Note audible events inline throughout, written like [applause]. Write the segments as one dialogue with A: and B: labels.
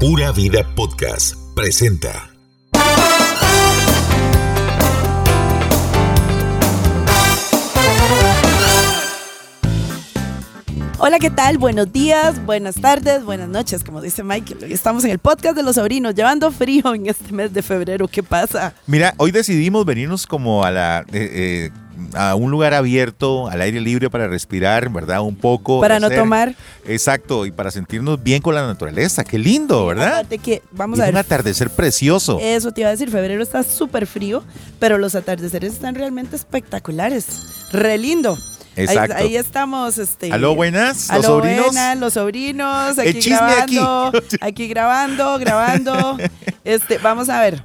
A: Pura Vida Podcast presenta.
B: Hola, ¿qué tal? Buenos días, buenas tardes, buenas noches, como dice Michael. Hoy estamos en el podcast de los sobrinos, llevando frío en este mes de febrero. ¿Qué pasa?
C: Mira, hoy decidimos venirnos como a la eh, eh, a un lugar abierto, al aire libre para respirar, ¿verdad? Un poco.
B: Para no
C: hacer-
B: tomar.
C: Exacto, y para sentirnos bien con la naturaleza. Qué lindo, ¿verdad?
B: Aparte que, vamos
C: Y
B: a
C: es
B: ver,
C: un atardecer precioso.
B: Eso te iba a decir, febrero está súper frío, pero los atardeceres están realmente espectaculares. Re lindo. Ahí-
C: Exacto.
B: Ahí, estamos, este.
C: Aló, buenas, los
B: Aló,
C: sobrinos.
B: buenas, los sobrinos,
C: El
B: aquí
C: chisme aquí.
B: grabando,
C: [laughs]
B: aquí. grabando, grabando. Este, vamos a ver.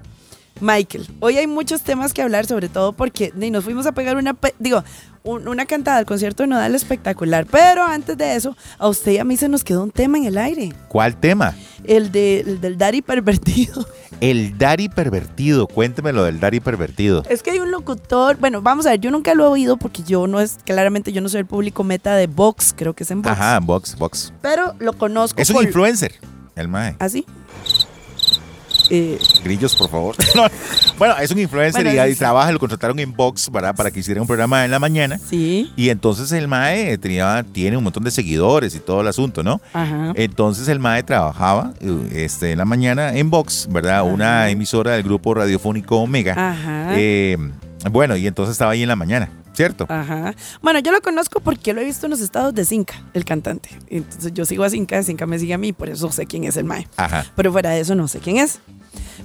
B: Michael, hoy hay muchos temas que hablar, sobre todo porque ni nos fuimos a pegar una, pe- digo, un- una cantada al concierto de Nodal espectacular, pero antes de eso, a usted y a mí se nos quedó un tema en el aire,
C: ¿Cuál tema?
B: el, de, el del daddy pervertido. [laughs]
C: El Dari pervertido. Cuénteme lo del Dari pervertido.
B: Es que hay un locutor, bueno, vamos a ver, yo nunca lo he oído porque yo no es, claramente yo no soy el público meta de Vox, creo que es en Vox,
C: Ajá, box, box.
B: pero lo conozco
C: Es un
B: por-
C: influencer. El mae.
B: ¿Así? Eh,
C: Grillos, por favor. [laughs] No, bueno, es un influencer
B: Bueno,
C: y, y
B: sí.
C: trabaja, lo contrataron en box ¿verdad? para que hiciera un programa en la mañana.
B: sí,
C: Y entonces el MAE tenía, tiene un montón de seguidores y todo el asunto, ¿no?
B: ajá.
C: Entonces el MAE trabajaba eh, este, en la mañana en Vox, ¿verdad?
B: Ajá.
C: Una emisora del grupo radiofónico Omega.
B: Ajá.
C: Eh, bueno, y entonces estaba ahí en la mañana, ¿cierto?
B: Ajá. Bueno, yo lo conozco porque lo he visto en los estados de Zinca, el cantante. Entonces yo sigo a Zinca, Zinca me sigue a mí, por eso sé quién es el Mae.
C: Ajá.
B: Pero fuera de eso no sé quién es.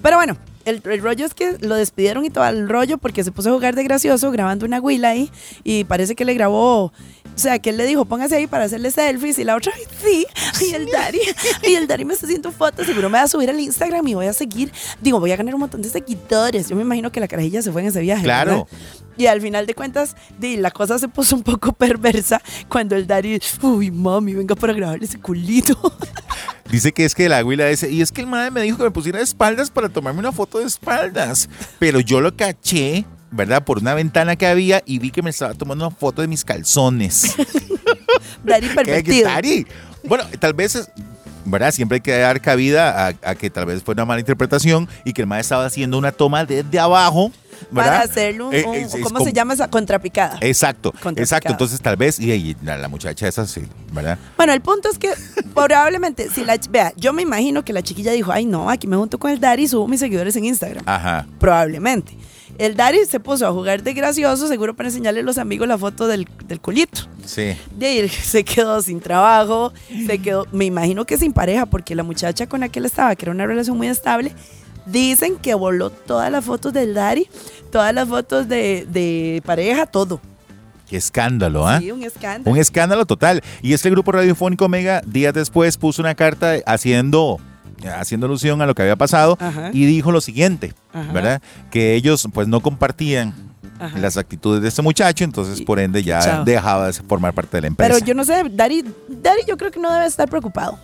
B: Pero bueno, el, el rollo es que lo despidieron y todo el rollo porque se puso a jugar de gracioso grabando una huila ahí y parece que le grabó, o sea, que él le dijo, póngase ahí para hacerle selfies y la otra, sí, [laughs] y el Dari, y el Dari me está haciendo fotos, seguro me va a subir al Instagram y voy a seguir, digo, voy a ganar un montón de seguidores. Yo me imagino que la carajilla se fue en ese viaje.
C: Claro.
B: ¿verdad? Y al final de cuentas, di, la cosa se puso un poco [laughs] perversa cuando el Dari, uy, mami, venga para grabarle ese culito. [laughs]
C: Dice que es que el águila dice, y es que el MAE me dijo que me pusiera de espaldas para tomarme una foto de espaldas. Pero yo lo caché, ¿verdad? Por una ventana que había y vi que me estaba tomando una foto de mis
B: [laughs]
C: calzones.
B: Dari
C: ¿Qué- qué
B: pervertido.
C: tari? Bueno, tal vez es- ¿Verdad? Siempre hay que dar cabida a, a que tal vez fue una mala interpretación y que el maestro estaba haciendo una toma desde abajo, ¿verdad?
B: Para hacerle un,
C: Eh,
B: un-
C: es- es
B: ¿cómo
C: como- Eh.
B: se llama esa contrapicada?
C: Exacto,
B: Contrapicada.
C: exacto. Entonces tal vez, y, y la, la muchacha esa sí, ¿verdad?
B: Bueno, el punto es que probablemente, si la, ch- vea, yo me imagino que la chiquilla dijo, ay no, aquí me junto con el Dari y subo mis seguidores en Instagram.
C: Ajá.
B: Probablemente. El Dari se puso a jugar de gracioso, seguro para enseñarle a los amigos la foto del, del culito.
C: Sí.
B: De ahí [laughs] se quedó sin trabajo, se quedó, me imagino que sin pareja, porque la muchacha con la que él estaba, que era una relación muy estable, dicen que voló todas las fotos del Dari, todas las fotos de, de pareja, todo.
C: Qué escándalo, ¿ah?
B: Sí, un escándalo.
C: Un escándalo total. Y es que el grupo radiofónico Omega días después puso una carta haciendo haciendo alusión a lo que había pasado
B: Ajá.
C: y dijo lo siguiente,
B: Ajá.
C: ¿verdad? Que ellos pues no compartían
B: Ajá.
C: las actitudes de este muchacho, entonces
B: Y-
C: por ende ya
B: chao.
C: dejaba de formar parte de la empresa.
B: Pero
C: yo,
B: yo no sé, Dari, Dari yo creo que no debe estar preocupado.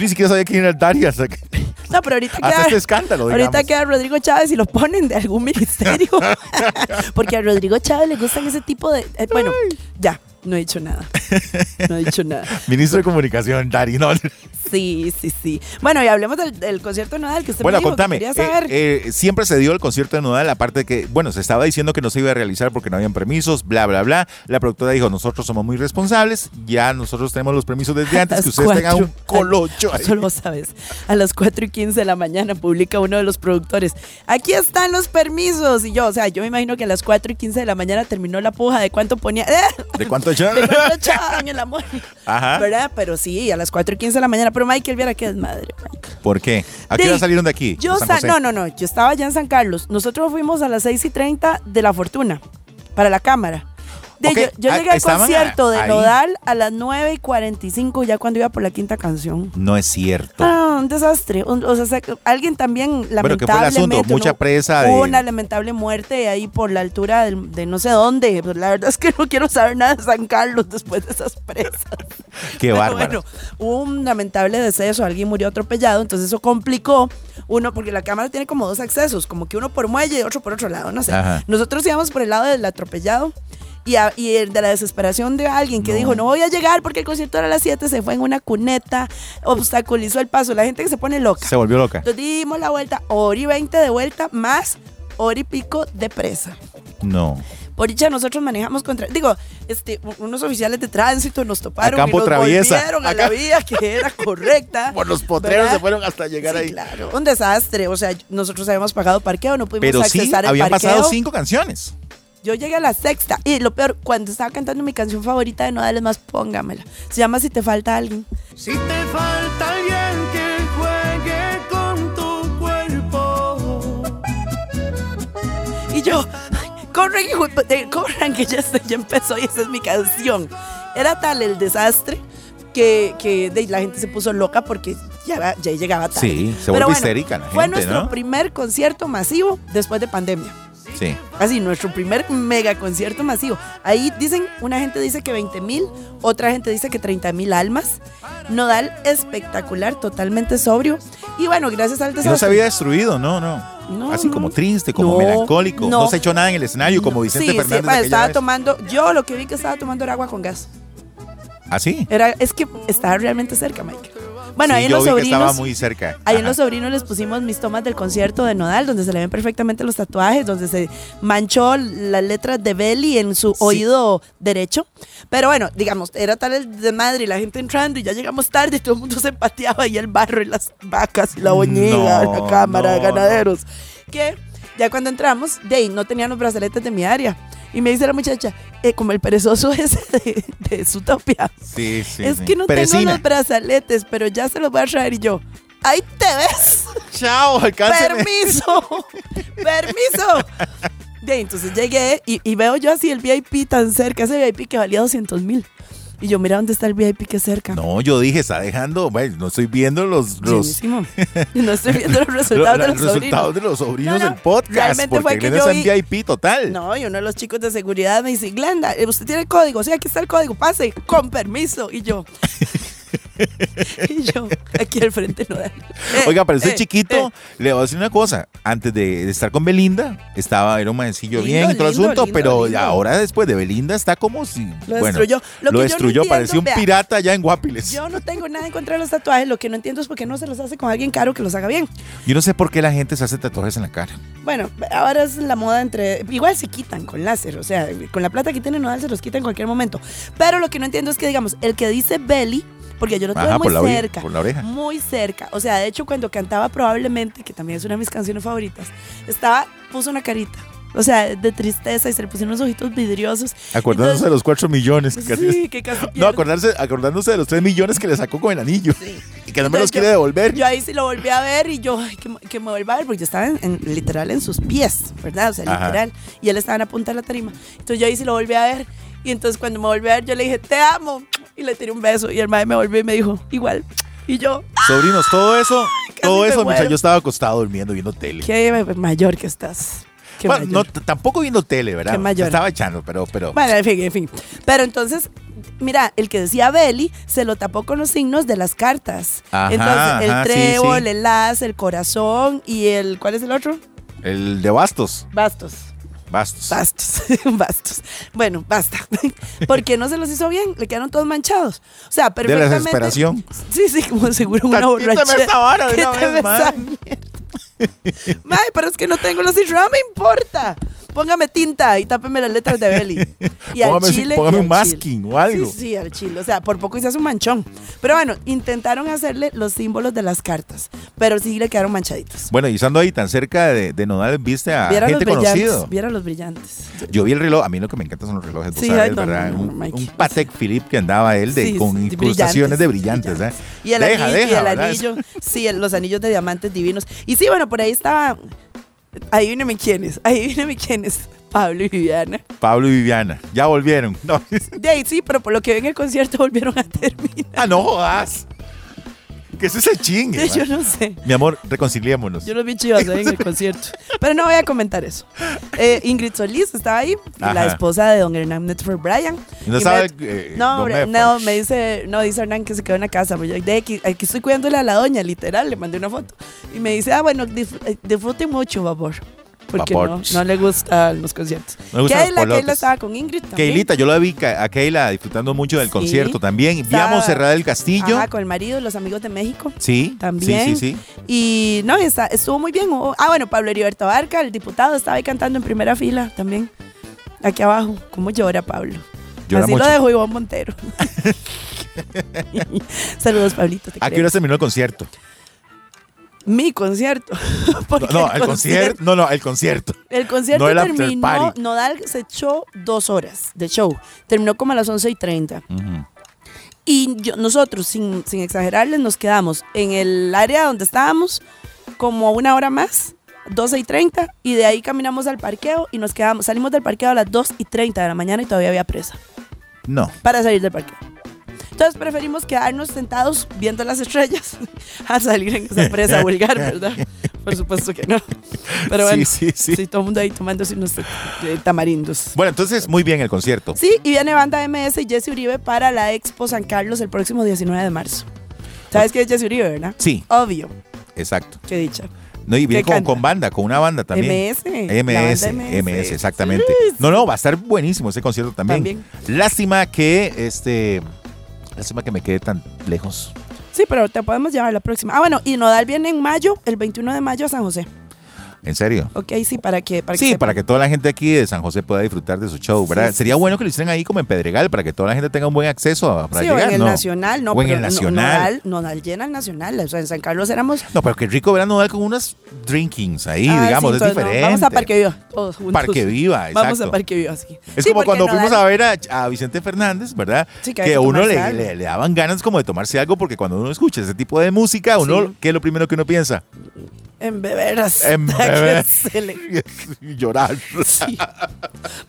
C: ni siquiera sabía quién era el Dari hasta,
B: [laughs]
C: que-
B: No, pero ahorita
C: hasta este
B: queda,
C: escándalo, digamos.
B: ahorita queda Rodrigo Chávez y lo ponen de
C: [laughs]
B: algún ministerio. Porque a Rodrigo Chávez le gustan ese tipo de... eh, bueno, ya, no he dicho nada. No he dicho nada.
C: Ministro de Comunicación, Dari, no.
B: Sí, sí, sí. Bueno, y hablemos del, del concierto nodal que usted
C: bueno,
B: me dijo que
C: contame,
B: quería
C: eh,
B: saber.
C: eh, siempre se dio el concierto de Nodal, aparte de que, bueno, se estaba diciendo que no se iba a realizar porque no habían permisos, bla, bla, bla. La productora dijo, nosotros somos muy responsables, ya nosotros tenemos los permisos desde antes,
B: [laughs] las
C: que ustedes tengan un
B: cuatro.
C: colocho ahí.
B: Solo sabes. A las 4 y 15 de la mañana publica uno de los productores. Aquí están los permisos. Y yo, o sea, yo me imagino que a las 4 y 15 de la mañana terminó la puja de cuánto ponía. ¡Eh!
C: ¿De cuánto ya?
B: [laughs] de cuánto echaban el amor.
C: Ajá.
B: ¿Verdad? Pero sí, a las 4 y 15 de la mañana. Pero Michael, viera qué desmadre. Michael.
C: ¿Por qué? ¿A qué
B: De-
C: hora salieron de aquí?
B: Yo
C: de San
B: sa-
C: José?
B: no, no, no. Yo estaba allá en San Carlos. Nosotros fuimos a las 6 y 30 de La Fortuna para la cámara. De-
C: Ok,
B: Yo, yo
C: ah,
B: llegué al
C: estaban
B: concierto de
C: ahí.
B: Nodal a las 9 y 45, ya cuando iba por la quinta canción.
C: No es cierto.
B: Ah, un desastre. Un- o sea, se- alguien también lamentablemente.
C: Bueno, ¿qué fue el asunto? Mucha
B: ¿no?
C: presa de-
B: Hubo una lamentable muerte ahí por la altura del- de no sé dónde. Pues La verdad es que no quiero saber nada de San Carlos después de esas presas.
C: Qué
B: Pero
C: bárbaro.
B: Bueno, hubo un lamentable deceso, alguien murió atropellado, entonces eso complicó uno, porque la cámara tiene como dos accesos, como que uno por muelle y otro por otro lado, no sé.
C: Ajá.
B: Nosotros íbamos por el lado del atropellado Y, a- y el de la desesperación de alguien que dijo, no voy a llegar porque el concierto era a las 7, se fue en una cuneta, obstaculizó el paso. La gente que se pone loca.
C: Se volvió loca.
B: Entonces dimos la vuelta, hora y 20 de vuelta, más hora y pico de presa.
C: No.
B: Por dicha, nosotros manejamos contra. Digo, este, u- unos oficiales de tránsito nos toparon
C: A campo
B: y nos
C: traviesa.
B: volvieron a,
C: A
B: la
C: ca-
B: vía que
C: [laughs]
B: era correcta.
C: Por los potreros
B: ¿verdad?
C: se fueron hasta llegar
B: Sí,
C: ahí.
B: Claro, un desastre. O sea, nosotros habíamos pagado parqueo, no pudimos
C: Pero sí,
B: accesar el
C: habían
B: parqueo.
C: pasado cinco canciones.
B: Yo llegué a la sexta y lo peor, cuando estaba cantando mi canción favorita de No Dales Más, póngamela. Se llama Si Te Falta Alguien.
D: Si te falta alguien que juegue con tu cuerpo.
B: Y yo, "Ay, corran, hijo de- eh, corran, que ya, estoy- ya empezó y esa es mi canción. Era tal el desastre que, que de- la gente se puso loca porque ya, va- ya llegaba tarde.
C: Sí, se
B: Pero
C: vuelve
B: bueno,
C: histérica la
B: Fue
C: gente,
B: nuestro
C: ¿no?
B: primer concierto masivo después de pandemia.
C: Sí.
B: Así, nuestro primer mega concierto masivo. Ahí dicen, una gente dice que 20 mil, otra gente dice que 30 mil almas. Nodal espectacular, totalmente sobrio. Y bueno, gracias al desastre.
C: No se había destruido, no, no.
B: No,
C: Así
B: no.
C: como triste, como
B: No,
C: melancólico. No.
B: no.
C: se echó nada en el escenario, como Vicente
B: Sí, sí,
C: Fernández.
B: ma,
C: aquella
B: estaba
C: vez.
B: tomando, yo lo que vi que estaba tomando era agua con gas.
C: ¿Ah, sí?
B: Era, es que estaba realmente cerca, Mike. Eh, Bueno,
C: Sí,
B: ahí en
C: yo
B: los
C: vi que
B: sobrinos.
C: estaba muy cerca.
B: Ahí en
C: Ajá.
B: los sobrinos les pusimos mis tomas del concierto de Nodal, donde se le ven perfectamente los tatuajes, donde se manchó las letras de Belly en su oído derecho. Pero bueno, digamos, era tal el desmadre y la gente entrando y ya llegamos tarde y todo el mundo se pateaba y el barro y las vacas y la boñiga,
C: No,
B: la cámara de
C: no,
B: ganaderos. Que ya cuando entramos, Dave no tenían los brazaletes de mi área. Y me dice la muchacha, eh, como el perezoso [laughs] ese de, de su topia.
C: Sí, sí.
B: es
C: sí.
B: que no tengo
C: Perecina.
B: los brazaletes, pero ya se los voy a traer y yo. Ahí te ves.
C: [laughs] [laughs] Chao, alcánceme.
B: ¡Permiso! [laughs] ¡Permiso! De ahí, entonces llegué y, y veo yo así el VIP tan cerca, ese VIP que valía 200 mil. Y yo, mira dónde está el VIP que es cerca.
C: No, yo dije, está dejando. Bueno, no estoy viendo los, los,
B: Llenísimo.
C: [laughs]
B: Y no estoy viendo los
C: lo-
B: resultados
C: la-
B: de los
C: resultados
B: sobrinos.
C: de los sobrinos
B: No, no,
C: del podcast.
B: realmente
C: Porque
B: fue que
C: Elena
B: yo
C: está en
B: vi-
C: VIP total.
B: No, y uno de los chicos de seguridad me dice, Glenda, eh, usted tiene el código, sí, aquí está el código, pase, con permiso. Y yo, [laughs] y yo, aquí al frente no da. Eh,
C: Oiga, pero ese
B: eh,
C: chiquito,
B: eh.
C: le voy a decir una cosa. Antes de de estar con Belinda, estaba, era un maecillo
B: Lindo,
C: bien y todo el
B: lindo,
C: asunto,
B: lindo,
C: pero
B: lindo.
C: ahora después de Belinda está como si.
B: Lo
C: bueno,
B: destruyó.
C: Lo,
B: Lo que yo no
C: destruyó,
B: entiendo,
C: parecía un
B: vea.
C: pirata allá en Guapiles. Yo,
B: Yo no tengo nada en contra de los tatuajes, lo que no entiendo es por qué no se los hace con alguien caro que los haga bien.
C: no sé por qué la gente se hace tatuajes en la cara.
B: Bueno, ahora es la moda entre. Igual se quitan con láser, o sea, con la plata que tienen Nodal se los quita en cualquier momento. Pero lo que no entiendo es que, digamos, el que dice Belly, porque yo lo tuve
C: Ajá,
B: muy
C: por la, oreja-
B: cerca.
C: por la oreja.
B: Muy cerca. O sea, de hecho, cuando cantaba probablemente, que también es una de mis canciones favoritas, estaba, puso una carita. O sea, de tristeza y se le pusieron unos ojitos vidriosos.
C: Acordándose
B: Entonces- pues
C: de los 4 millones. que casi-
B: Sí, que casi
C: no,
B: pierdo.
C: acordarse, acordándose de los 3 millones que le sacó con el anillo. [laughs] Y que no me
B: Entonces
C: los
B: yo-
C: quiere devolver.
B: [laughs] Yo ahí sí lo volví a ver y yo, ay, que, me- que me vuelva a ver, porque yo estaba en, en- literal en sus pies, ¿verdad? O sea,
C: Ajá.
B: literal. Y él estaba en la punta de la tarima. Entonces yo ahí sí lo volví a ver. Y entonces cuando me volví a ver, yo le dije, te amo. Y le tiré un beso. Y el madre me volvió y me dijo, igual. Y yo,
C: Sobrinos, todo eso, todo
B: me
C: eso, mientras
B: muero.
C: yo estaba acostado durmiendo, viendo tele.
B: qué mayor que estás. Qué
C: Bueno, no,
B: mayor.
C: t- tampoco viendo tele, ¿verdad?
B: Qué mayor.
C: Se estaba echando, pero, pero.
B: Bueno, en fin, en fin. Pero entonces, mira, el que decía Beli se lo tapó con los signos de las cartas.
C: Ajá,
B: entonces, el
C: ajá, sí,
B: trébol,
C: sí.
B: el as, el corazón y el. ¿Cuál es el otro?
C: El de bastos.
B: Bastos.
C: Bastos.
B: Bastos, [laughs] bastos. Bueno, basta. [laughs] ¿Por qué no se los hizo bien? Le quedaron todos manchados. O sea,
C: de la
B: perfectamente.
C: desesperación.
B: Sí, sí, como seguro una
C: Tantítame
B: borrachera.
C: esta vara de
B: ¿Qué
C: una
B: te
C: vez,
B: ves
C: man?
B: esa mierda? Mae, pero es que no tengo los signos. No me importa. Póngame tinta y tápeme las letras de
C: [laughs]
B: Belly. Y al
C: Póngame-
B: chile.
C: póngame
B: y al
C: un masking
B: chile.
C: o algo.
B: Sí, sí, al chile. O sea, por poco hice un manchón. Pero bueno, intentaron hacerle los símbolos de las cartas. Pero sí le quedaron manchaditos.
C: Bueno, y estando ahí tan cerca de, de Nodal, viste a
B: Vieron los
C: Ah, gente
B: brillantes.
C: conocida.
B: Vieron los brillantes.
C: Yo vi el reloj, a mí lo que me encantan son los relojes
B: Sí,
C: dosales,
B: ay, no,
C: ¿verdad?
B: no, no,
C: un,
B: Mikey.
C: un Patek Philippe que andaba él de,
B: Sí,
C: con
B: sí,
C: incrustaciones de
B: brillantes,
C: brillantes. ¿eh?
B: Y el
C: deja,
B: anillo, y
C: deja,
B: el
C: ¿verdad?
B: anillo, sí, el- los anillos de diamantes divinos. Y sí, bueno, por ahí estaba, adivíneme quiénes, adivíneme quiénes, Pablo y Viviana.
C: Pablo y Viviana, ya volvieron. [laughs] No.
B: De ahí sí, pero por lo que ven el concierto volvieron a terminar.
C: ah, no jodas. ¿Qué es ese chingue?
B: [laughs] Yo
C: man?
B: no sé.
C: Mi amor, reconciliémonos.
B: Yo los vi chivas ahí en el concierto. Pero no voy a comentar eso. Eh, Ingrid Solís estaba ahí, la
C: Ajá.
B: esposa de don Hernán Netford Bryan.
C: ¿Y no
B: Y
C: sabe,
B: me-
C: eh,
B: no,
C: don
B: hombre,
C: Medford?
B: no, me dice, no, dice Hernán que se quedó en la casa. Pero yo, de aquí, aquí estoy cuidándole a la doña, literal, le mandé una foto. Y me dice, ah, bueno, disf- eh, disfrute mucho, por favor. Porque no,
C: Vapor.
B: no le gustan los conciertos.
C: No le gustan los
B: Keila, Keila
C: polotes.
B: estaba con Ingrid también.
C: Keilita, yo la vi ca- a Keila disfrutando mucho del
B: Sí.
C: concierto también.
B: Está-
C: Viamos Cerrada del Castillo.
B: Ajá, con el marido, los amigos de México.
C: sí, Sí,
B: También.
C: sí, sí.
B: Y no, está- estuvo muy bien. Hubo- Ah, bueno, Pablo Heriberto Barca, el diputado, estaba ahí cantando en primera fila también. Aquí abajo. ¿Cómo llora Pablo?
C: Llora
B: Así
C: mucho.
B: lo dejó Iván Montero. [laughs] Saludos, Pablito. te
C: ¿A qué
B: queremos.
C: hora terminó el
B: [laughs]
C: concierto?
B: Mi concierto. [laughs]
C: No,
B: Porque
C: no, el concierto. No, no, el concierto.
B: El concierto
C: No el after
B: terminó,
C: party.
B: Nodal se echó dos horas de show. Terminó como a las 11 y 30. Y yo- nosotros, sin, sin exagerarles, nos quedamos en el área donde estábamos como una hora más, 12 y 30, y de ahí caminamos al parqueo y nos quedamos, salimos del parqueo a las 2 y 30 de la mañana y todavía había presa
C: No.
B: para salir del parqueo. Entonces preferimos quedarnos sentados viendo las estrellas [laughs] a salir en
C: [laughs]
B: esa presa vulgar, ¿verdad? Por supuesto que no. Pero
C: Sí,
B: bueno,
C: sí, sí.
B: todo el mundo ahí tomándose unos eh, tamarindos.
C: Bueno, entonces, muy bien el concierto.
B: Sí, y viene banda MS y Jesse Uribe para la Expo San Carlos el próximo 19 de marzo. ¿Sabes qué es Jesse Uribe, verdad?
C: Sí,
B: Obvio,
C: exacto.
B: qué dicha.
C: No, y viene
B: ¿Qué
C: con,
B: canta?
C: con banda, con una banda también.
B: MS, la
C: MS,
B: banda
C: MS, exactamente. No, no, va a estar buenísimo ese concierto también.
B: También.
C: Lástima que, este, lástima que me quede tan lejos.
B: Sí, pero te podemos llevar la próxima. Ah, bueno, y Nodal viene en mayo, el 21 de mayo a San José.
C: En serio.
B: Ok, sí, para que... Para
C: sí,
B: que
C: para que toda la gente aquí de San José pueda disfrutar de su show, ¿verdad?
B: Sí, sí,
C: Sería bueno que lo hicieran ahí como en Pedregal, para que toda la gente tenga un buen acceso a, para
B: Sí,
C: llegar,
B: o en el
C: ¿no?
B: Nacional, no,
C: O en
B: pero
C: el
B: no-
C: Nacional.
B: Nodal, Nodal llena el Nacional, o sea, en San Carlos éramos...
C: No, pero qué rico ver a Nodal con unos drinkings ahí,
B: Ah,
C: digamos,
B: sí,
C: es
B: entonces, no,
C: diferente.
B: vamos a Parque Viva, todos juntos.
C: Parque Viva, exacto.
B: [laughs] Vamos a Parque Viva, sí.
C: Es
B: Sí,
C: como
B: porque
C: cuando fuimos
B: Nodal-
C: a ver a, a Vicente Fernández, ¿verdad?
B: Sí,
C: que
B: que hay que
C: a uno
B: tomarse
C: le,
B: algo.
C: le- le daban ganas como de tomarse algo, porque cuando uno escucha ese tipo de música, uno,
B: Sí.
C: ¿qué es lo primero que uno
B: [laughs]
C: piensa?
B: En beberas. [laughs]
C: En beber.
B: se le
C: Y Llorar.
B: Sí.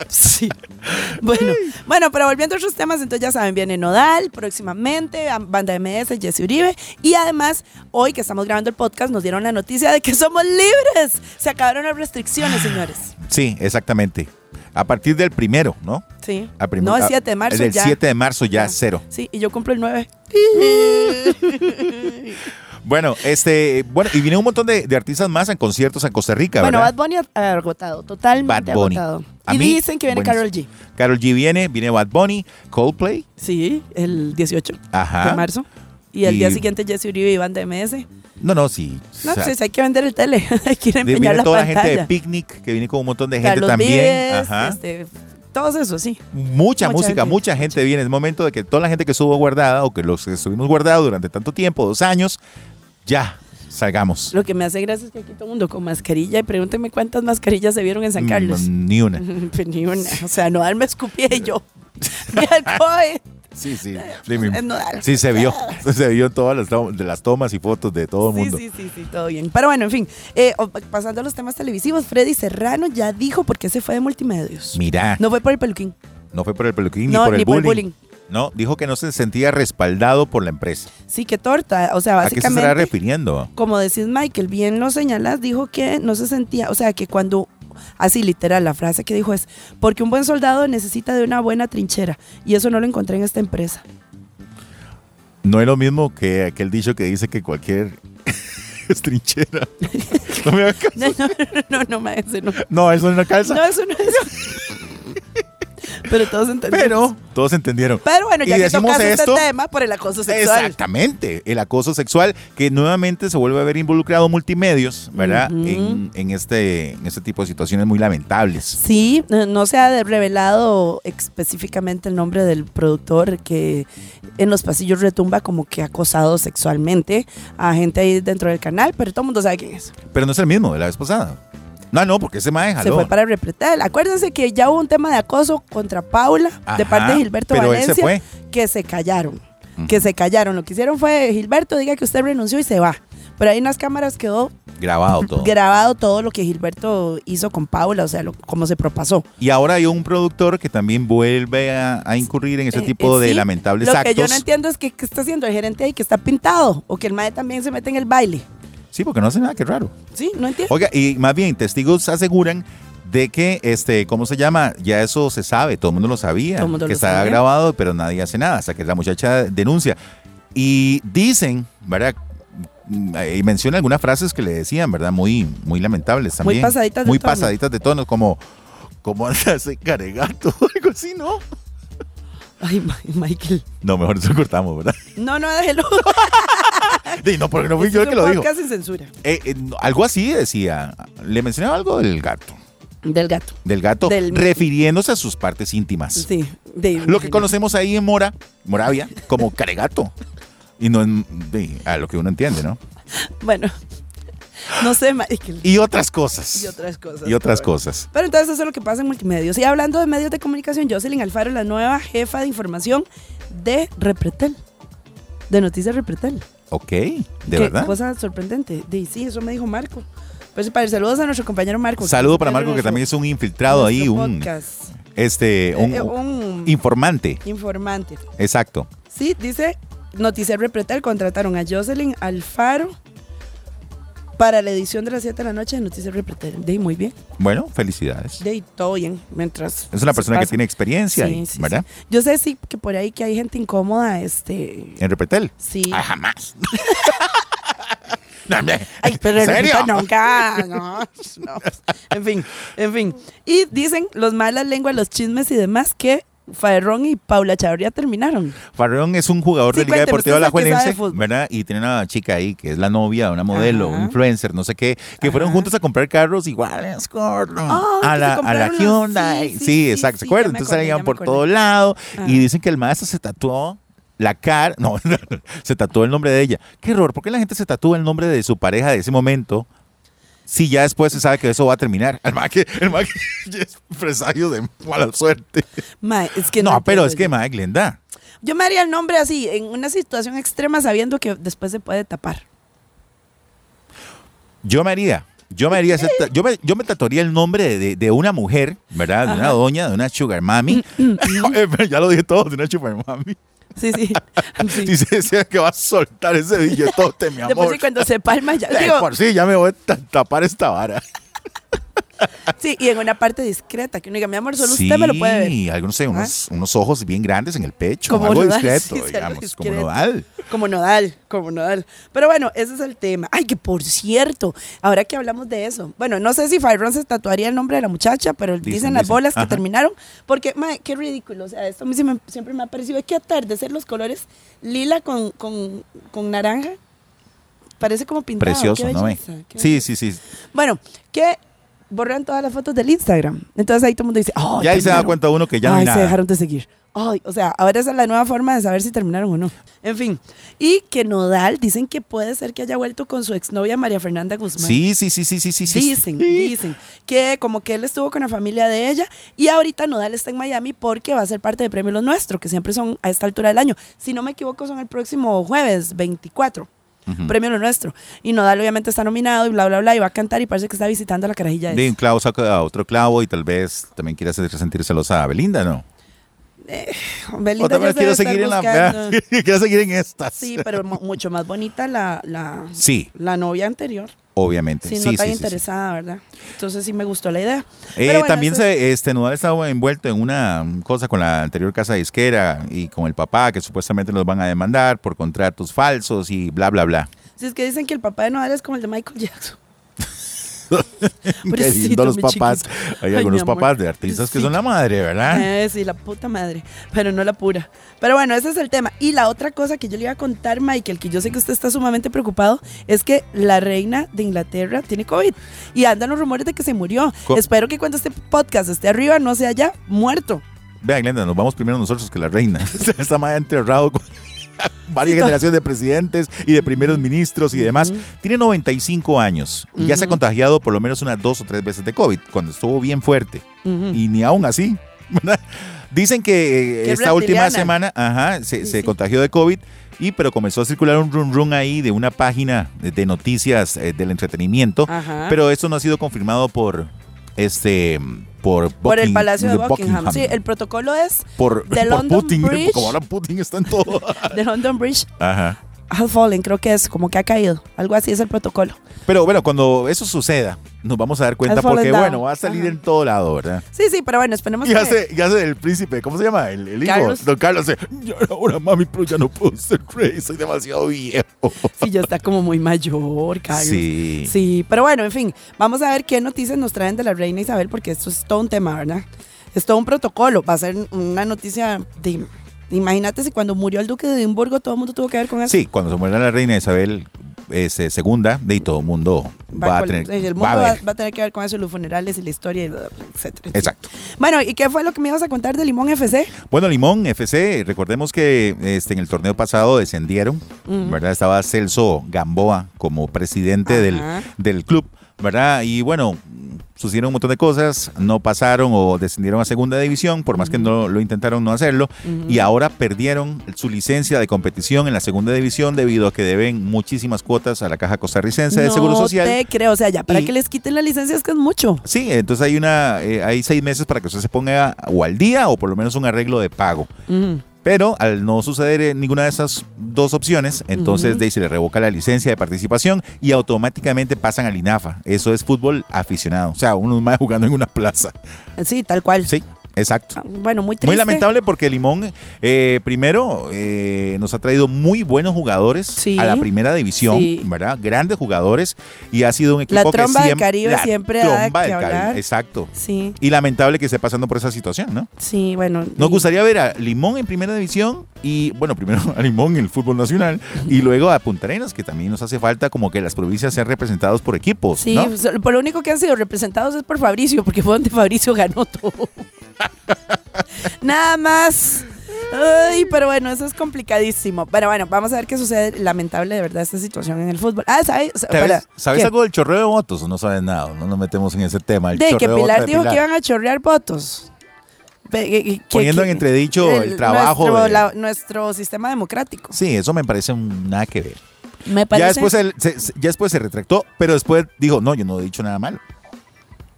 B: Sí. Bueno, bueno, pero volviendo a otros temas, entonces ya saben, viene Nodal próximamente, a- Banda MS, Jesse Uribe. Y además, hoy que estamos grabando el podcast, nos dieron la noticia de que somos libres. Se acabaron las restricciones, señores.
C: Sí, exactamente. A partir del primero, ¿no?
B: Sí.
C: A prim-
B: no, el
C: a-
B: 7 de marzo
C: Del
B: ya.
C: 7 de marzo ya, cero.
B: Ah, Sí, y yo cumplo el Mm. 9.
C: Bueno, este, bueno, y viene un montón de, de artistas más en conciertos en Costa Rica,
B: Bueno, Bad
C: ¿verdad?
B: Bunny agotado, totalmente
C: Bad Bunny.
B: agotado.
C: A
B: Y
C: mí,
B: dicen que viene Carol G.
C: buenísimo. Carol G viene, viene Bad Bunny, Coldplay,
B: Sí, el 18
C: ajá.
B: de marzo. Y el día
C: Ah, Y-
B: siguiente Jesse Uribe y Banda MS.
C: No, no, sí.
B: No,
C: o sea,
B: pues hay que vender el tele, [laughs] hay que ir a
C: de-
B: empeñar
C: viene
B: la
C: toda la
B: pantalla.
C: gente de Picnic, que viene con un montón de gente
B: Carlos
C: también.
B: Vives,
C: ajá.
B: este, todos esos, sí.
C: Mucha,
B: Mucha
C: música,
B: gente.
C: mucha gente viene. Es momento de que toda la gente que estuvo guardada o que los que estuvimos guardados durante tanto tiempo, dos años, ya salgamos.
B: Lo que me hace gracia es que aquí todo el mundo con mascarilla y pregúntenme cuántas mascarillas se vieron en San Carlos.
C: Mm, Ni una.
B: [laughs] Pues Ni una. O sea, Nodal me escupía
C: [laughs]
B: y yo. [laughs] Me alcohol.
C: Sí, sí. de mi-
B: No, dale.
C: Sí, se
B: [laughs]
C: vio. Se vio en todas las, tom- de las tomas y fotos de todo el
B: Sí,
C: mundo.
B: sí, sí, sí, todo bien. Pero bueno, en fin, eh, o- pasando a los temas televisivos, Freddy Serrano ya dijo por qué se fue de multimedios.
C: Mira, no,
B: No fue por el peluquín.
C: fue por el peluquín
B: No,
C: ni por el
B: ni por
C: bullying.
B: el bullying.
C: No, dijo que no se sentía respaldado por la empresa.
B: Sí, qué torta. O sea,
C: ¿A qué se
B: básicamente.
C: estará refiriendo?
B: como decís Michael, bien lo señalas, dijo que no se sentía, o sea, que cuando, así literal, la frase que dijo es, porque un buen soldado necesita de una buena trinchera, y eso no lo encontré en esta empresa. [laughs]
C: No es lo mismo que aquel dicho que dice que cualquier [laughs] es trinchera.
B: [laughs]
C: no me hagas caso.
B: No, no, no, no, no, maese, no.
C: No, eso no calza.
B: No, eso no es.
C: [laughs]
B: Pero todos entendemos.
C: Pero todos entendieron.
B: Pero bueno, ya
C: Y
B: que
C: decimos
B: tocas
C: esto-
B: este tema por el acoso sexual.
C: Exactamente, el acoso sexual que nuevamente se vuelve a ver involucrado multimedios, ¿verdad?
B: Ujú.
C: en, en este, en este tipo de situaciones muy lamentables.
B: Sí, no- no se ha de- revelado específicamente el nombre del productor que en los pasillos retumba como que ha acosado sexualmente a gente ahí dentro del canal, pero todo el mundo sabe quién es.
C: Pero no es el mismo de la vez pasada. No, no, porque ese mae
B: Se
C: jaló.
B: fue para Repretel. Acuérdense que ya hubo un tema de acoso contra Paula de
C: Ajá,
B: parte de Gilberto
C: pero él
B: Valencia
C: se fue.
B: que se callaron. Que se callaron. Lo que hicieron fue, Gilberto, diga que usted renunció y se va. Pero ahí en las cámaras quedó [laughs]
C: Grabado todo.
B: grabado todo lo que Gilberto hizo con Paula, o sea, lo- cómo se propasó.
C: y ahora hay un productor que también vuelve a, a incurrir en ese
B: Eh,
C: tipo
B: eh,
C: de
B: sí.
C: lamentables
B: Lo
C: actos.
B: que yo no entiendo es que qué está haciendo el gerente ahí, que está pintado, o que el mae también se mete en el baile.
C: sí, porque no hace nada, qué raro.
B: Sí, no entiendo.
C: Oiga, y más bien, testigos aseguran de que, este, ¿cómo se llama? Ya eso se sabe, todo el mundo lo sabía,
B: Todo el mundo
C: que
B: lo
C: estaba
B: sabe.
C: grabado, pero nadie hace nada, hasta que la muchacha denuncia. Y dicen, ¿verdad? mm, eh, menciona algunas frases que le decían, ¿verdad? Muy, muy lamentables también.
B: pasaditas de
C: Muy
B: tono.
C: pasaditas de tono, como, ¿cómo andas de caregato? [laughs] Algo así, ¿no?
B: Ay, Ma- Michael.
C: No, mejor eso cortamos,
B: [laughs]
C: ¿verdad?
B: No, no,
C: [laughs]
B: déjelo.
C: Y no, porque no fui
B: Este
C: yo
B: es
C: el que
B: un
C: lo dijo.
B: podcast sin censura.
C: Eh, eh, no, algo así decía. Le mencionaba algo del gato.
B: Del gato.
C: Del gato,
B: Del-
C: refiriéndose a sus partes íntimas.
B: Sí. de-
C: Lo que conocemos ahí en Mora, Moravia,
B: [laughs]
C: como caregato. Y no en- de- a lo que uno entiende, ¿no?
B: Bueno. [laughs] No sé, Michael.
C: Y otras cosas.
B: Y otras cosas.
C: Y otras
B: pero bueno.
C: cosas.
B: Pero entonces eso es lo que pasa en multimedios. Y hablando de medios de comunicación, Jocelyn Alfaro, la nueva jefa de información de Repretel. De Noticias Repretel.
C: Ok, de
B: Qué
C: verdad.
B: cosa sorprendente. De, sí, eso me dijo Marco. Pues para saludos a nuestro compañero Marco.
C: Saludo para Marco, que
B: Nuestro-
C: también es un infiltrado ahí,
B: nuestro
C: un,
B: podcast.
C: este, un,
B: Eh, un
C: informante.
B: informante.
C: Exacto.
B: Sí, dice Noticiero Repretel contrataron a Jocelyn Alfaro para la edición de las 7 de la noche de Noticiero Repretel. De ahí, muy bien.
C: Bueno, felicidades.
B: De ahí, todo bien. Mientras
C: Es una
B: se
C: persona que
B: pasa.
C: tiene experiencia,
B: Sí,
C: ahí,
B: sí,
C: ¿verdad?
B: sí. Yo sé sí que por ahí que hay gente incómoda, este.
C: En Repetel.
B: Sí.
C: Ah, jamás. No, hombre.
B: [laughs] Ay,
C: [laughs]
B: pero
C: ¿En
B: el
C: serio?
B: Lupita nunca. No, [laughs] no. En fin, en fin. Y dicen los malas lenguas, los chismes y demás que Faerrón y Paula Chabria terminaron.
C: Farrón es un jugador
B: Sí,
C: de Liga
B: cuénteme,
C: Deportiva
B: usted es el que sabe de
C: Alajuelense,
B: fútbol.
C: ¿verdad? Y tiene una chica ahí que es la novia, una modelo,
B: Ajá.
C: un influencer, no sé qué, que fueron juntos a comprar carros iguales, gordo,
B: Ah, que
C: a,
B: se
C: la, a la
B: compraron los-
C: Hyundai. Sí,
B: sí, sí, sí,
C: exacto,
B: sí,
C: ¿se
B: ya
C: acuerdan?
B: me
C: Entonces
B: acordé, ya
C: salían
B: me
C: por
B: acordé.
C: todo lado
B: Ajá.
C: y dicen que el maestro se tatuó la cara, no, [laughs] se tatuó el nombre de ella. Qué error, ¿por qué la gente se tatúa el nombre de su pareja de ese momento? Si ya después se sabe que eso va a terminar. [laughs] El ma que, el ma que es presagio de mala suerte.
B: Ma, es que
C: no,
B: no,
C: pero
B: entiendo
C: es que,
B: yo.
C: madre, Glenda.
B: Yo me haría el nombre así, en una situación extrema, sabiendo que después se puede tapar.
C: Yo me haría. Yo me haría ese ta- yo me, yo me tatuaría el nombre de, de una mujer, ¿verdad? De una doña, de una sugar mami.
B: Mm,
C: [laughs] ya lo dije todo, de una sugar mami.
B: Sí,
C: [laughs]
B: sí. sí.
C: Dice decía que va a soltar ese
B: [laughs]
C: billetote, mi
B: Después
C: amor.
B: sí, cuando se palma
C: [laughs]
B: ya.
C: De
B: digo,
C: por sí, ya me voy a ta- tapar esta vara.
B: sí, y en una parte discreta, que uno diga, mi amor, solo Pues usted me lo puede ver. Ah.
C: Sí, algunos, no sé, unos, unos ojos bien grandes en el pecho.
B: Como
C: algo
B: nodal,
C: discreto,
B: sí, algo
C: digamos, como
B: discreto.
C: nodal.
B: Como nodal, como nodal. Pero bueno, ese es el tema. Ay, que por cierto, ahora que hablamos de eso, bueno, no sé si Fibron se tatuaría el nombre de la muchacha, pero dicen,
C: Dicen,
B: las
C: dicen.
B: bolas que
C: Ajá.
B: terminaron, porque, madre, qué ridículo. O sea, esto a mí se me- siempre me ha parecido, es que atardecer los colores lila con, con, con naranja, parece como pintado.
C: Precioso,
B: qué
C: ¿no ve?
B: belleza, qué
C: Sí, sí, sí.
B: Bueno, que borran todas las fotos del Instagram. Entonces ahí todo el mundo dice, "Ay,
C: Ya ahí se da
B: terminaron".
C: cuenta uno que ya no
B: Ay,
C: hay
B: se
C: nada.
B: dejaron de seguir. Ay, o sea, ahora esa es la nueva forma de saber si terminaron o no. En fin, y que Nodal dicen que puede ser que haya vuelto con su exnovia María Fernanda Guzmán.
C: Sí, sí, sí, sí, sí, sí. sí.
B: Dicen, dicen que como que él estuvo con la familia de ella y ahorita Nodal está en Miami porque va a ser parte de Premio Lo Nuestro, que siempre son a esta altura del año. Si no me equivoco, son el próximo jueves 24. Premio Lo Nuestro. Y Nodal obviamente está nominado y bla, bla, bla, y va a cantar y parece que está visitando a la carajilla.
C: De un
B: esa.
C: clavo saca a otro clavo y tal vez también quiere hacer sentir celosa a Belinda, ¿no?
B: [laughs] Belinda
C: o tal vez
B: ya se
C: quiero
B: debe
C: seguir en
B: estar
C: la [laughs]
B: buscando.
C: quiero seguir en estas.
B: Sí,
C: [laughs]
B: pero mu- mucho más bonita la, la,
C: Sí,
B: la novia anterior.
C: obviamente.
B: Sí,
C: Sí,
B: no
C: sí,
B: tan
C: sí, sí.
B: interesada, ¿verdad? Entonces sí me gustó la idea.
C: Eh,
B: Pero bueno,
C: también
B: eso-
C: se, este Nodal estaba envuelto en una cosa con la anterior casa disquera y con el papá que supuestamente los van a demandar por contratos falsos y bla bla bla.
B: Si es que dicen que el papá de Nodal es como el de Michael Jackson.
C: [laughs] Qué
B: Pobrecito,
C: lindo los
B: mi
C: papás.
B: chiquito.
C: Hay
B: Ay,
C: algunos
B: mi amor.
C: papás de artistas que
B: Sí.
C: son la madre, ¿verdad?
B: Eh, sí, la puta madre, pero no la pura. Pero bueno, ese es el tema. Y la otra cosa que yo le iba a contar, Michael, que yo sé que usted está sumamente preocupado, es que la reina de Inglaterra tiene COVID y andan los rumores de que se murió.
C: Co-
B: Espero que cuando este podcast esté arriba no sea ya muerto.
C: Vean, Glenda, nos vamos primero nosotros que la reina. [laughs] Está más enterrado con [laughs] varias
B: Sí, to-
C: generaciones de presidentes y de primeros ministros y demás. Tiene 95 años y ya se ha
B: Ujú.
C: contagiado por lo menos unas dos o tres veces de COVID, cuando estuvo bien fuerte.
B: Ujú.
C: Y ni aún así. [laughs] ¿verdad? Dicen que eh,
B: Qué
C: esta última
B: reptiliana.
C: semana ajá, se,
B: Sí,
C: se
B: sí.
C: contagió de COVID. Y pero comenzó a circular un run run ahí de una página de, de noticias eh, del entretenimiento.
B: Ajá.
C: Pero esto no ha sido confirmado por este por,
B: por el
C: Bucking-
B: Palacio de
C: de
B: Buckingham.
C: Buckingham
B: Sí, el protocolo es
C: por,
B: de
C: por
B: London
C: Putin,
B: Bridge. [laughs]
C: porque como ahora Putin está en todo.
B: de London Bridge
C: Ajá.
B: has fallen, creo que es como que ha caído. Algo así es el protocolo.
C: Pero bueno, cuando eso suceda, nos vamos a dar cuenta
B: Has fallen
C: porque,
B: down.
C: bueno, va a salir
B: Ajá.
C: en todo lado, ¿verdad?
B: Sí, sí, pero bueno, esperemos
C: Y
B: que.
C: hace, y hace el príncipe, ¿cómo se llama? El, el hijo,
B: Carlos.
C: don Carlos. Hace, "Ya era hora, mami, pero ya no puedo ser rey, soy demasiado viejo.
B: Sí, ya está como muy mayor, Carlos.
C: Sí.
B: Sí, pero bueno, en fin, vamos a ver qué noticias nos traen de la reina Isabel, porque esto es todo un tema, ¿verdad? Es todo un protocolo. Va a ser una noticia de. Imagínate si cuando murió el duque de Edimburgo todo el mundo tuvo que ver con eso.
C: Sí, cuando se muera la reina Isabel este, segunda, de ahí todo el mundo va, a
B: con-
C: tener.
B: el mundo
C: va a
B: va,
C: ver.
B: va a tener que ver con eso, los funerales y la historia, y bla, bla, bla, etcétera.
C: Exacto.
B: Bueno, ¿y qué fue lo que me ibas a contar de Limón FC?
C: Bueno, Limón, FC, recordemos que este, en el torneo pasado descendieron,
B: Mm,
C: ¿verdad? Estaba Celso Gamboa como presidente del,
B: Ajá.
C: del club, ¿verdad? Y bueno, sucedieron un montón de cosas, no pasaron o descendieron a segunda división, por más que no lo intentaron no hacerlo, y ahora perdieron su licencia de competición en la segunda división debido a que deben muchísimas cuotas a la Caja Costarricense de Seguro
B: no
C: Social.
B: te creo, o sea, ya para
C: Y-
B: que les quiten la licencia es que es mucho.
C: Sí, entonces hay una, eh, hay seis meses para que usted se ponga o al día o por lo menos un arreglo de pago. Mm.
B: Ujú.
C: Pero al no suceder eh, ninguna de esas dos opciones, entonces de ahí se le revoca la licencia de participación y automáticamente pasan al INAFA. Eso es fútbol aficionado, o sea, unos más [laughs] jugando en una plaza.
B: Sí, tal cual.
C: Sí, exacto.
B: Ah, Bueno, muy triste.
C: Muy lamentable porque Limón, eh, primero, eh, nos ha traído muy buenos jugadores
B: Sí.
C: a la primera división,
B: Sí.
C: ¿verdad? Grandes jugadores y ha sido un equipo que
B: tromba del
C: siempre-
B: Caribe
C: la
B: siempre da
C: tromba
B: que
C: del Caribe,
B: hablar.
C: Exacto.
B: Sí,
C: Y lamentable que esté pasando por esa situación, ¿no?
B: sí, bueno.
C: Nos
B: y-
C: gustaría ver a Limón en primera división y, bueno, primero [laughs] a Limón en el fútbol nacional y luego a Punta Arenas, que también nos hace falta como que las provincias sean representadas por equipos,
B: Sí,
C: ¿no?
B: so- por lo único que han sido representados es por Fabricio, porque fue donde Fabricio
C: [laughs]
B: ganó todo. Nada más. Ay, pero bueno, eso es complicadísimo. Pero bueno, vamos a ver qué sucede. Lamentable de verdad esta situación en el fútbol. Ah, ¿sabes? Espera,
C: ¿Sabes, sabes
B: ¿qué?
C: algo del chorreo de votos? No sabes nada, no nos metemos en ese tema. El
B: De que
C: chorreo de
B: Pilar
C: votos de
B: dijo
C: Pilar.
B: que iban a chorrear votos. Ve- que- que-
C: Poniendo en entredicho el trabajo
B: Nuestro,
C: de-
B: la- nuestro sistema democrático.
C: Sí, eso me parece un- nada que ver.
B: Me
C: Ya,
B: parece.
C: después él se, se- ya después se retractó, pero después dijo, no, yo no he dicho nada malo.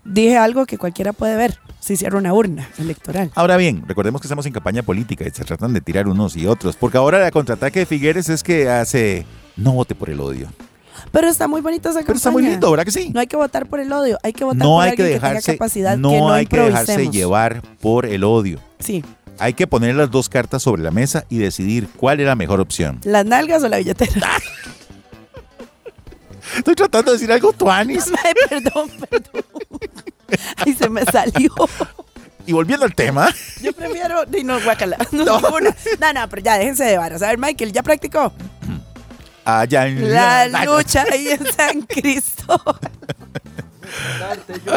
B: Dije algo que cualquiera puede ver si cierra una urna electoral.
C: Ahora bien, recordemos que estamos en campaña política y se tratan de tirar unos y otros, porque ahora la contraataque de Figueres es que hace, no vote por el odio.
B: Pero está muy bonito esa campaña.
C: Pero está muy lindo, ¿verdad que sí?
B: No hay que votar por el odio, hay que votar
C: no
B: por
C: hay que
B: alguien que
C: dejarse,
B: tenga capacidad,
C: no
B: que no
C: hay que dejarse
B: improvisemos.
C: llevar por el odio.
B: Sí,
C: Hay que poner las dos cartas sobre la mesa y decidir cuál es la mejor opción.
B: las nalgas o la
C: [laughs]
B: billetera. [laughs]
C: Estoy tratando de decir algo, Tuanis.
B: Ay, perdón, perdón. Ay, se me salió.
C: Y volviendo al tema,
B: Yo prefiero. Ay, no, guácala. [laughs] No, ninguna. no, no, pero ya déjense de varas. A ver, Michael, ¿ya practicó?
C: allá en
B: La lucha ahí en San Cristo.
C: [laughs]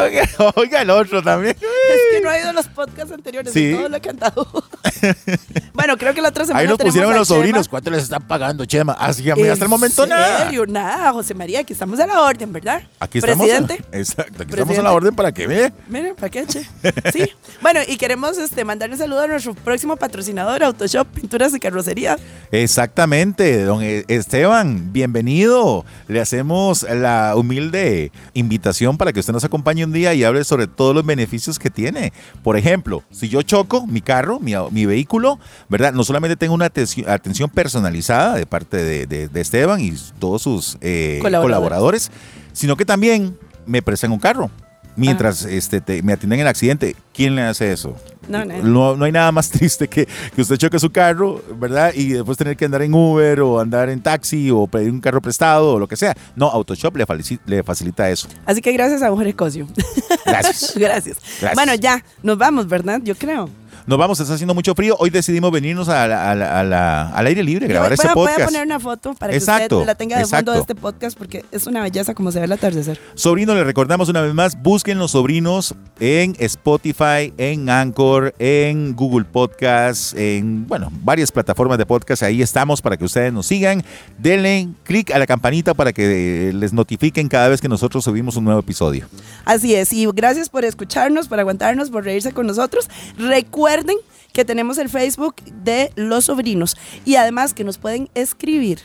C: Oiga, oiga el otro también.
B: Es que no ha ido a los podcasts anteriores
C: Sí.
B: de todo lo cantado. [laughs] bueno, creo que la otra semana.
C: Ahí nos
B: tenemos
C: pusieron
B: a
C: los
B: Chema.
C: sobrinos. ¿Cuánto les están pagando, Chema? Así que mira, hasta el
B: ¿En
C: momento nada.
B: serio? Nada, José María, aquí estamos a la orden, ¿verdad?
C: Aquí estamos.
B: Presidente.
C: [laughs] Exacto, aquí estamos a
B: Presidente.
C: la orden para que vea.
B: Miren, ¿para qué, che?
C: [laughs]
B: Sí. Bueno, y queremos este, mandar un saludo a nuestro próximo patrocinador, Autoshop Pinturas y Carrocería.
C: Exactamente, don E- Esteban, bienvenido. Le hacemos la humilde invitación para que usted nos acompañe un día y hable sobre todos los beneficios que tiene. Por ejemplo, si yo choco mi carro, mi, au- mi vehículo, ¿verdad? No solamente tengo una atenci- atención personalizada de parte de, de- de Esteban y todos sus eh,
B: Colaboradores.
C: colaboradores, sino que también me prestan un carro. Mientras este, te- me atienden el accidente, ¿quién le hace eso?
B: No, no.
C: No, no hay nada más [laughs] triste que, que usted choque su carro, ¿verdad? Y después tener que andar en Uber o andar en taxi o pedir un carro prestado o lo que sea. No, Autoshop le, falici- le facilita eso.
B: Así que gracias a Jorge Cosio. [laughs]
C: Gracias.
B: gracias.
C: Gracias.
B: Bueno, ya, nos vamos, ¿verdad? Yo creo.
C: Nos vamos, está haciendo mucho frío. Hoy decidimos venirnos a la- a la- a la- al aire libre, grabar
B: Yo
C: este
B: voy- voy a
C: podcast.
B: poner una foto para que
C: Exacto,
B: usted la tenga de fondo de
C: exacto.
B: este podcast porque es una belleza como se ve el atardecer.
C: Sobrino, le recordamos una vez más, busquen los sobrinos en Spotify, en Anchor, en Google Podcast, en, bueno, varias plataformas de podcast. Ahí estamos para que ustedes nos sigan. Denle clic a la campanita para que eh, les notifiquen cada vez que nosotros subimos un nuevo episodio.
B: Así es, y gracias por escucharnos, por aguantarnos, por reírse con nosotros. Recuerden que tenemos el Facebook de Los Sobrinos y además que nos pueden escribir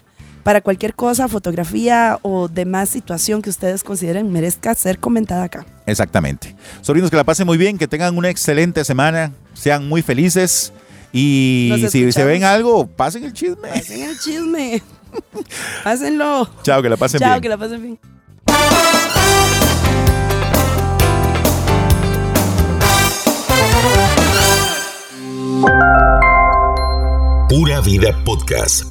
B: para cualquier cosa, fotografía o demás situación que ustedes consideren merezca ser comentada acá.
C: Exactamente. Sobrinos, que la pasen muy bien, que tengan una excelente semana, sean muy felices y
B: Nos
C: si se
B: escuchamos.
C: ven algo, pasen el chisme.
B: Pasen el chisme. [laughs] Pásenlo.
E: Chao, que la pasen
B: Chao,
E: bien.
B: que la pasen bien.
C: Pura Vida Podcast